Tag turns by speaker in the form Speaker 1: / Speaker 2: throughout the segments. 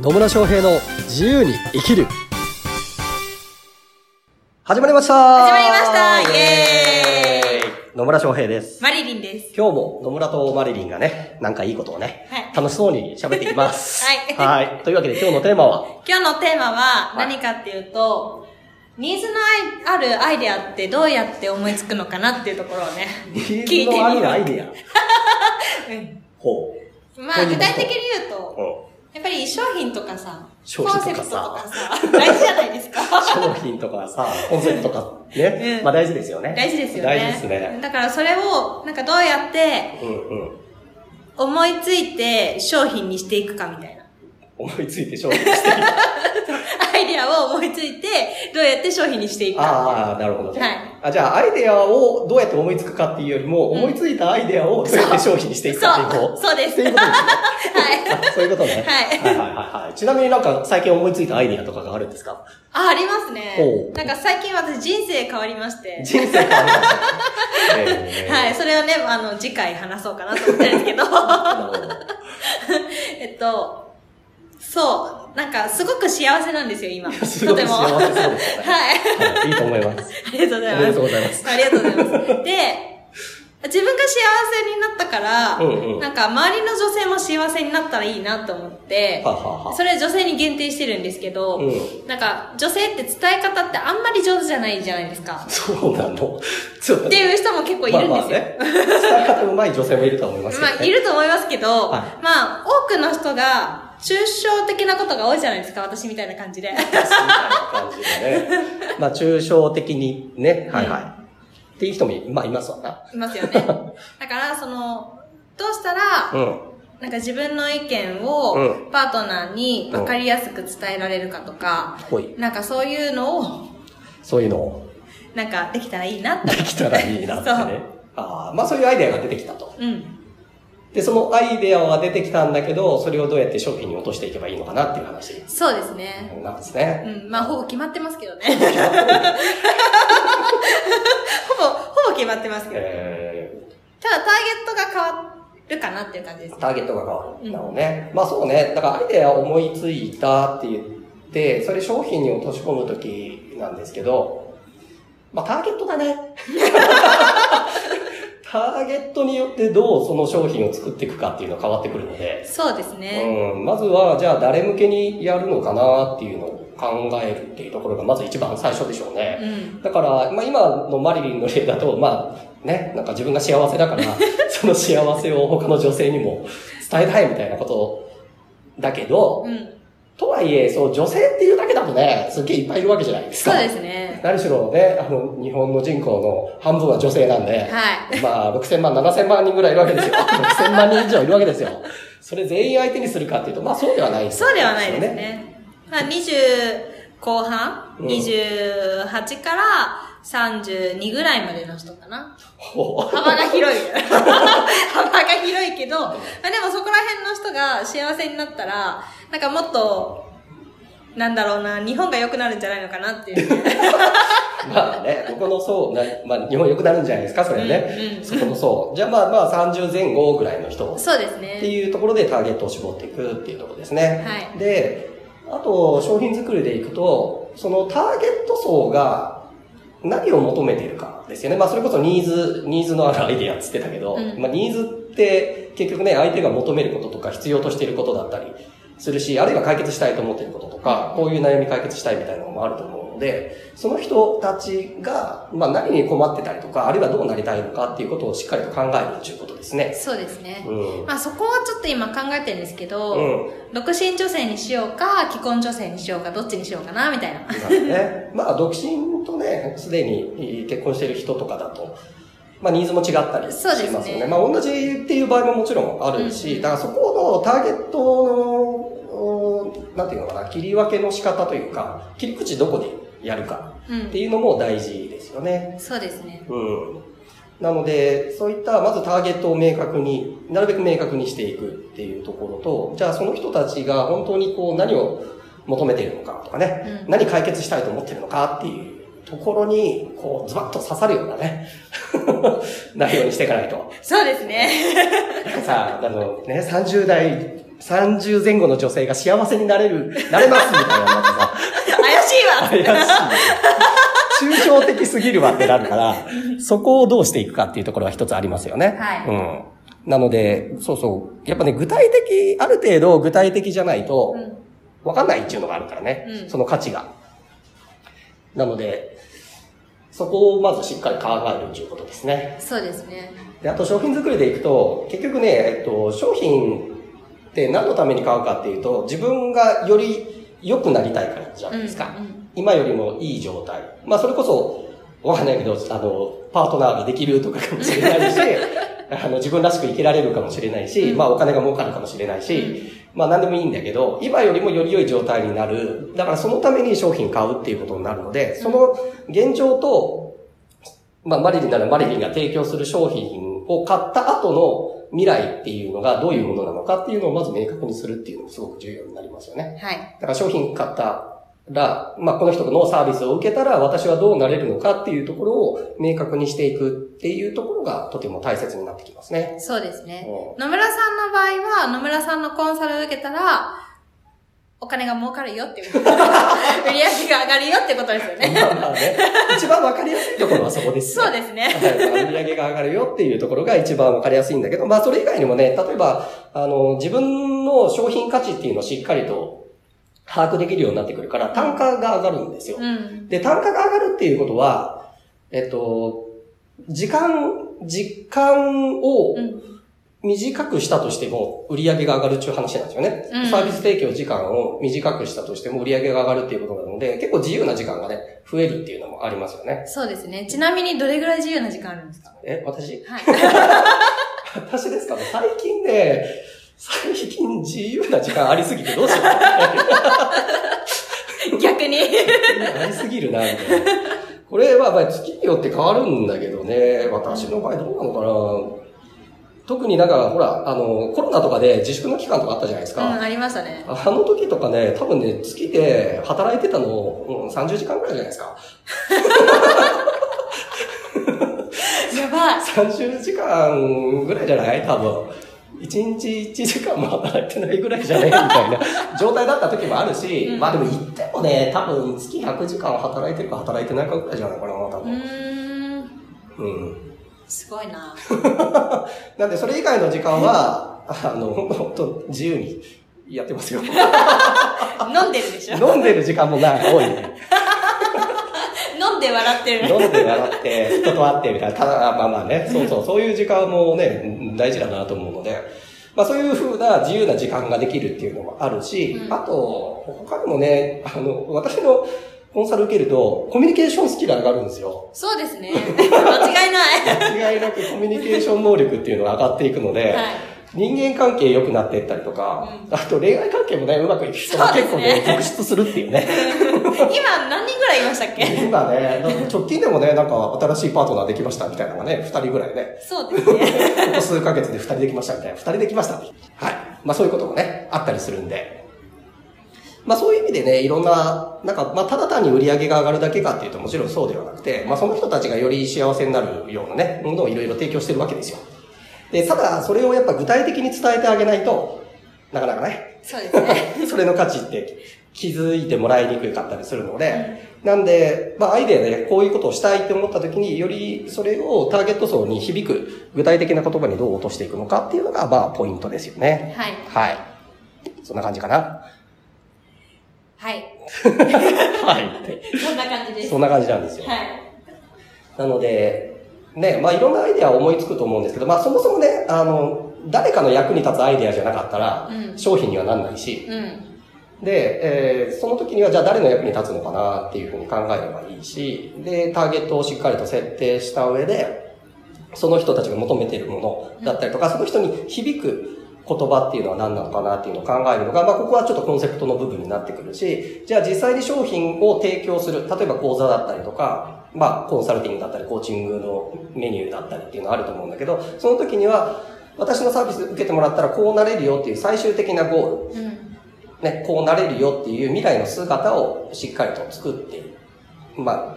Speaker 1: 野村翔平の自由に生きる始まりました
Speaker 2: 始まりましたイエ
Speaker 1: ーイ野村翔平です。
Speaker 2: マリリンです。
Speaker 1: 今日も野村とマリリンがね、なんかいいことをね、
Speaker 2: はい
Speaker 1: 楽しそうに喋っていきます。
Speaker 2: はい
Speaker 1: はい。というわけで今日のテーマは、
Speaker 2: 今日のテーマは
Speaker 1: はい
Speaker 2: 何かっていうと、ニーズのあるアイデアってどうやって思いつくのかなっていうところを ね、聞いて
Speaker 1: ー
Speaker 2: み
Speaker 1: ズのあるアイ
Speaker 2: る。
Speaker 1: デア。ほう。
Speaker 2: うんまあ、
Speaker 1: こういう
Speaker 2: 具
Speaker 1: こと
Speaker 2: 体的に言うと、
Speaker 1: うん
Speaker 2: やっぱり商品とかさ、
Speaker 1: 商
Speaker 2: コ
Speaker 1: 品
Speaker 2: ン
Speaker 1: とか
Speaker 2: セプ
Speaker 1: さ
Speaker 2: トとかさ、大事じゃないですか。
Speaker 1: 商品とか さ、コンセプトとかね、
Speaker 2: うん
Speaker 1: まあ大事ですよね。
Speaker 2: 大事ですよね。
Speaker 1: 大事ですね。
Speaker 2: だからそれを、なんかどうやって
Speaker 1: うんうん。
Speaker 2: 思いついて商品にしていくかみたいな。
Speaker 1: 思いついて商品していく。
Speaker 2: アイデアを思いついて、どうやって商品にしていくか。
Speaker 1: ああ、なるほどね。
Speaker 2: はい
Speaker 1: あじゃあ、アイデアをどうやって思いつくかっていうよりも、
Speaker 2: うん
Speaker 1: 思いついたアイデアをどうやって商品にしていくかっていう
Speaker 2: そ
Speaker 1: 方。
Speaker 2: う、そうで
Speaker 1: っ
Speaker 2: す。
Speaker 1: ていう
Speaker 2: は
Speaker 1: こと ですね。
Speaker 2: い。
Speaker 1: あそういうことね。
Speaker 2: は
Speaker 1: は
Speaker 2: い
Speaker 1: いはいはいはい。ちなみになんか最近思いついたアイデアとかがあるんですか
Speaker 2: あ、ありま
Speaker 1: お
Speaker 2: すね
Speaker 1: う。
Speaker 2: なんか最近私人生変わりまして。
Speaker 1: 人生変わりました。えー
Speaker 2: はい、それをね、あの、次回話そうかなと思ってるんです けど。
Speaker 1: なるほど。
Speaker 2: えっと、そう、なんかすごく幸せなんですよ、今。
Speaker 1: すご
Speaker 2: と
Speaker 1: く
Speaker 2: ても。
Speaker 1: 幸
Speaker 2: はい。
Speaker 1: せそうですね。はい。いいと思います。
Speaker 2: ありがとうござ
Speaker 1: おめ
Speaker 2: い
Speaker 1: で
Speaker 2: ま
Speaker 1: と
Speaker 2: す
Speaker 1: う。ございます。
Speaker 2: ありがとうございます。で、自分が幸せになったから、
Speaker 1: うんうん
Speaker 2: なんか周りの女性も幸せになったらいいなと思って
Speaker 1: は、あはあはあ
Speaker 2: それ女性に限定してるんですけど、
Speaker 1: う
Speaker 2: なんか女性って伝え方ってあんまり上手じゃないじゃないですか。
Speaker 1: そうなの。ちょっと
Speaker 2: っていう人も結構いるんですよ。
Speaker 1: まあまあね、伝え方上手い女性もいると思いますけど、ね。
Speaker 2: まあ、いると思いますけど、
Speaker 1: はい
Speaker 2: まあ、多くの人が、抽象的なことが多いじゃないですか、私みたい な感じで。
Speaker 1: みたいな感じでね。まあ、抽象的にね、はいはい。っていう人もい、まあ、いますわな。
Speaker 2: いますよね。だから、その、どうしたら、
Speaker 1: ん。
Speaker 2: なんか自分の意見
Speaker 1: う
Speaker 2: を、パートナーに分かりやすく伝えられるかとか、
Speaker 1: ほい。
Speaker 2: なんかそういうのを、
Speaker 1: そういうのを
Speaker 2: なんかできたらいいなって。
Speaker 1: できたらいいなってね。ああ、まあそういうアイデアが出てきたと。
Speaker 2: うん。
Speaker 1: で、そのアイデアが出てきたんだけど、それをどうやって商品に落としていけばいいのかなっていう話
Speaker 2: そうですね。
Speaker 1: なんです
Speaker 2: う
Speaker 1: ね。
Speaker 2: ん。まあ、ほぼ決まってますけ どね。 ほぼ、ほぼ決まってますけど。
Speaker 1: え
Speaker 2: ただ、ターゲットが変わるかなっていう感じです
Speaker 1: ー、
Speaker 2: ね。
Speaker 1: ターゲットが変わ
Speaker 2: う
Speaker 1: る。
Speaker 2: ん
Speaker 1: なるほどね。まあそうね。だからアイデアを思いついたって言って、それ商品に落とし込むときなんですけど、まあターゲットだ ね。ターゲットによってどうその商品を作っていくかっていうのは変わってくるので、
Speaker 2: そうですね。
Speaker 1: うん、まずは、じゃあ誰向けにやるのかなっていうのを考えるっていうところが、まず一番最初でしょう
Speaker 2: う
Speaker 1: ね。
Speaker 2: ん。
Speaker 1: だから、まあ今のマリリンの例だと、まあね、なんか自分が幸せだ から、その幸せを他の女性にも伝えたいみたいなことだけど、
Speaker 2: うん。
Speaker 1: とはいえ、そう女性っていうだけだとね、すっげえいっぱいいるわけじゃないです
Speaker 2: そ
Speaker 1: か。
Speaker 2: うですね。
Speaker 1: 何しろね、あの、日本の人口の半分は女性なんで、
Speaker 2: はい。
Speaker 1: まあ、6000万、7000万人ぐらいいるわけです よ。6000万人以上いるわけですよ。それ全員相手にするかっていうと、まあそうではないですよ
Speaker 2: そうではないです。ね。まあ、20後半、
Speaker 1: うん
Speaker 2: 28から32ぐらいまでの人かな。
Speaker 1: ほう。
Speaker 2: 幅が 広い。幅が広いけど、まあ、でもそこら辺の人が幸せになったら、なんかもっと、なんだろうな、日本が良くなるんじゃないのかなっていう。
Speaker 1: まあね、ここの層、なまあ日本良くなるんじゃないですか、それね。
Speaker 2: うんうん
Speaker 1: そこの層。じゃあまあまあ30前後ぐらいの人っ
Speaker 2: そうです
Speaker 1: て
Speaker 2: ね。
Speaker 1: いうところでターゲットを絞っていくっていうところですね。
Speaker 2: は
Speaker 1: で、あと商品作りでいくと、そのターゲット層が何を求めているかですよね。まあそれこそニーズ、ニーズのあるアイデアっつってたけど、
Speaker 2: うん
Speaker 1: まあニーズって結局ね、相手が求めることとか必要としていることだったりするし、あるいは解決したいと思っていることとか、こういう悩み解決したいみたいなのもあると思うので、その人たちが、まあ何に困ってたりとか、あるいはどうなりたいのかっていうことをしっかりと考えるということですね。
Speaker 2: そうですね。
Speaker 1: うん。
Speaker 2: まあそこはちょっと今考えてるんですけど、
Speaker 1: うん。
Speaker 2: 独身女性にしようか、既婚女性にしようか、どっちにしようかな、みたいな。
Speaker 1: まあね、 まあ独身とね、すでに結婚してる人とかだと、まあニーズも違ったりし
Speaker 2: そう
Speaker 1: ま
Speaker 2: ですすね
Speaker 1: よね。まあ同じっていう場合ももちろんあるし、だからそこのターゲットの、おなんていうのかな、切り分けの仕方というか、切り口どこでやるか
Speaker 2: う
Speaker 1: って
Speaker 2: ん。
Speaker 1: いうのも大事ですよね。
Speaker 2: そうですね。
Speaker 1: うん。なので、そういった、まずターゲットを明確に、なるべく明確にしていくっていうところと、じゃあその人たちが本当にこう何を求めているのかとかね、
Speaker 2: うん。
Speaker 1: 何解決したいと思ってるのかっていうところに、こう、ズバッと刺さるようなね、 内容にしていかないと。
Speaker 2: そうですね。
Speaker 1: さあ、あの、ね、30代30前後の女性が幸せになれる、なれますみたいな、なんかさ、
Speaker 2: 怪しいわ
Speaker 1: 怪しい。抽象的すぎるわってなるから、そこをどうしていくかっていうところは一つありますよね。
Speaker 2: はい
Speaker 1: うん。なので、そうそう。やっぱね、具体的、ある程度具体的じゃないと
Speaker 2: う、ん
Speaker 1: わかんないっていうのがあるからね。
Speaker 2: うん
Speaker 1: その価値が。なので、そこをまずしっかり考えるっていうことですね。
Speaker 2: そうですね。
Speaker 1: で、あと商品作りでいくと、結局ね、えっと、商品って何のために買うかっていうと、自分がより良くなりたいからじゃないですか。
Speaker 2: うんうん
Speaker 1: 今よりもいい状態。まあ、それこそ、わかんないけど、あの、パートナーができるとかかもしれない し、あの、自分らしく生きられるかもしれないし、
Speaker 2: うん
Speaker 1: まあ、お金が儲かるかもしれないし、まあ、何でもいいんだけど、今よりもより良い状態になる。だから、そのために商品買うっていうことになるので、その現状と、まあ、マリリンならマリリンが提供する商品を買った後の未来っていうのがどういうものなのかっていうのをまず明確にするっていうのもすごく重要になりますよね。
Speaker 2: はい。
Speaker 1: だから商品買ったら、まあ、この人のサービスを受けたら私はどうなれるのかっていうところを明確にしていくっていうところがとても大切になってきますね。
Speaker 2: そうですね。
Speaker 1: う
Speaker 2: 野村さんの場合は、野村さんのコンサルを受けたら、お金が儲かるよっていう。売 り上げが上がるよってことですよね。
Speaker 1: まあまあね、一番わかりやすいところはそこですよ、
Speaker 2: そうですね。
Speaker 1: はい売り上げが上がるよっていうところが一番わかりやすいんだけど、まあそれ以外にもね、例えば、あの、自分の商品価値っていうのをしっかりと把握できるようになってくるから、単価が上がるんですよ。
Speaker 2: うん。
Speaker 1: で、単価が上がるっていうことは、えっと、時間、時間を
Speaker 2: うん。
Speaker 1: 短くしたとしても売り上げが上がるっていう話なんですよね。
Speaker 2: うん
Speaker 1: サービス提供時間を短くしたとしても売り上げが上がるっていうことなので、結構自由な時間がね、増えるっていうのもありますよね。
Speaker 2: そうですね。ちなみにどれぐらい自由な時間あるんですか
Speaker 1: え、私
Speaker 2: はい。
Speaker 1: 私ですかね、最近ね、最近自由な時間ありすぎてどうしようか
Speaker 2: 逆に。
Speaker 1: な。ありすぎるな、みたいな。これは、まあ、月によって変わるんだけどね、私の場合どうなのかな。特になんか、ほら、あの、コロナとかで自粛の期間とかあったじゃないです
Speaker 2: うん、
Speaker 1: か。
Speaker 2: ありましたね。
Speaker 1: あの時とかね、多分ね、月で働いてたの、うん、30時間くらいじゃないですか。
Speaker 2: やばい。
Speaker 1: 30時間ぐらいじゃない多分。1日1時間も働いてないぐらいじゃないみたいな 状態だった時もあるし、
Speaker 2: うん
Speaker 1: まあでも言ってもね、多分月100時間働いてるか働いてないかぐらいじゃないかな、多
Speaker 2: う
Speaker 1: 分。
Speaker 2: ーん。
Speaker 1: うん。
Speaker 2: すごいな。
Speaker 1: なんでそれ以外の時間は、あの、本当自由にやってますよ。
Speaker 2: 飲んでるでしょ
Speaker 1: 飲んでる時間もない、多いね。
Speaker 2: 飲んで笑ってる。
Speaker 1: 飲んで笑って、人と会ってみたいな。ただ、まあまあね、そうそう、そういう時間もね、大事だなと思うので、まあそういう風な自由な時間ができるっていうのもあるし、
Speaker 2: うん
Speaker 1: あと、他にもね、あの、私のコンサル受けると、コミュニケーションスキル上がるんですよ。
Speaker 2: そうですね。間違いない。
Speaker 1: 間違いなくコミュニケーション能力っていうのが上がっていくので、
Speaker 2: はい。
Speaker 1: 人間関係良くなっていったりとか、あと恋愛関係もね、うまくいく人が結構ね、
Speaker 2: そう
Speaker 1: 続出するっていうね。
Speaker 2: 今何人ぐらいいましたっけ
Speaker 1: 今ね、なんか直近でもね、なんか新しいパートナーできましたみたいなのがね、二人ぐらいね、
Speaker 2: そうですね。
Speaker 1: ここ数ヶ月で2人できましたみたいな、2人できましたはい。まあそういうこともね、あったりするんで。まあそういう意味でね、いろんな、なんか、まあただ単に売り上げが上がるだけかっていうともちろんそうではなくて、まあその人たちがより幸せになるようなね、ものをいろいろ提供してるわけですよ。で、ただそれをやっぱ具体的に伝えてあげないと、なかなかね、
Speaker 2: そうですね。
Speaker 1: それの価値って気づいてもらいにくかったりするので、なんで、まあアイデアでこういうことをしたいと思った時に、よりそれをターゲット層に響く具体的な言葉にどう落としていくのかっていうのが、まあポイントですよね。
Speaker 2: はい。
Speaker 1: はい。そんな感じ かな。
Speaker 2: はい。
Speaker 1: はい。
Speaker 2: そんな感じです。
Speaker 1: そ
Speaker 2: は
Speaker 1: んな感じなんですよ。
Speaker 2: い。
Speaker 1: なので、ね、まあいろんなアイデアは思いつくと思うんですけど、まあそもそもね、あの、誰かの役に立つアイデアじゃなかったら
Speaker 2: う、ん
Speaker 1: 商品にはなんないし、
Speaker 2: うん。
Speaker 1: で、えーその時にはじゃあ誰の役に立つのかなっていうふうに考えればいいし、で、ターゲットをしっかりと設定した上で、その人たちが求めているものだったりとか、その人に響く言葉っていうのは何なのかなっていうのを考えるのが、まあ、ここはちょっとコンセプトの部分になってくるし、じゃあ実際に商品を提供する、例えば講座だったりとか、まあ、コンサルティングだったり、コーチングのメニューだったりっていうのはあると思うんだけど、その時には、私のサービス受けてもらったらこうなれるよっていう最終的なゴール、
Speaker 2: うん。
Speaker 1: ね、こうなれるよっていう未来の姿をしっかりと作って、まあ、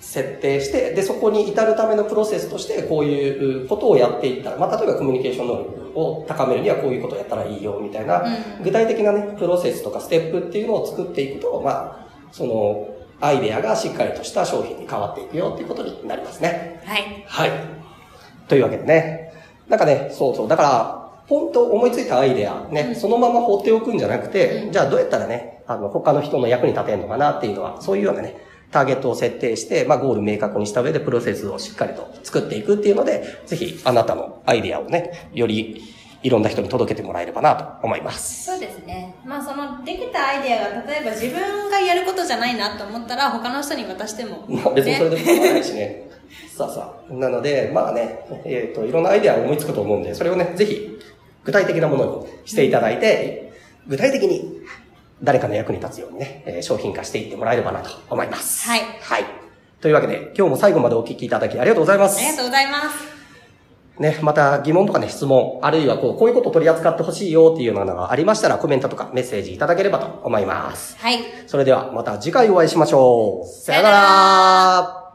Speaker 1: 設定して、で、そこに至るためのプロセスとして、こういうことをやっていったら、まあ、例えばコミュニケーション能力を高めるにはこういうことをやったらいいよ、みたいな、
Speaker 2: うん
Speaker 1: 具体的なね、プロセスとかステップっていうのを作っていくと、まあ、その、アイデアがしっかりとした商品に変わっていくよっていうことになりますね。
Speaker 2: はい。
Speaker 1: はい。というわけでね。なんかね、そうそう。だから、ポンと思いついたアイデア、ね、
Speaker 2: うん
Speaker 1: そのまま放っておくんじゃなくて、
Speaker 2: うん
Speaker 1: じゃあどうやったらね、あの、他の人の役に立てるのかなっていうのは、そういうようなね、ターゲットを設定して、まあ、ゴール明確にした上でプロセスをしっかりと作っていくっていうので、ぜひ、あなたのアイデアをね、よりいろんな人に届けてもらえればなと思います。
Speaker 2: そうですね。まあそのできたアイデアが例えば自分がやることじゃないなと思ったら他の人に渡しても。
Speaker 1: まあ、別にそれ
Speaker 2: ね
Speaker 1: でも構わないしね。 さあさあ。なので、まあね、えっ、と、いろんなアイデアを思いつくと思うんで、それをね、ぜひ、具体的なものにしていただいて、具体的に誰かの役に立つようにね、えー商品化していってもらえればなと思います。
Speaker 2: はい
Speaker 1: はい。というわけで、今日も最後までお聞きいただきありがとうございます。
Speaker 2: ありがとうございます。
Speaker 1: ね、また疑問とかね、質問、あるいはこう、こういうこと取り扱ってほしいよっていうようなのがありましたら、コメントとかメッセージいただければと思います。
Speaker 2: はい。
Speaker 1: それではまた次回お会いしましょう。さよな
Speaker 2: さよな
Speaker 1: ら。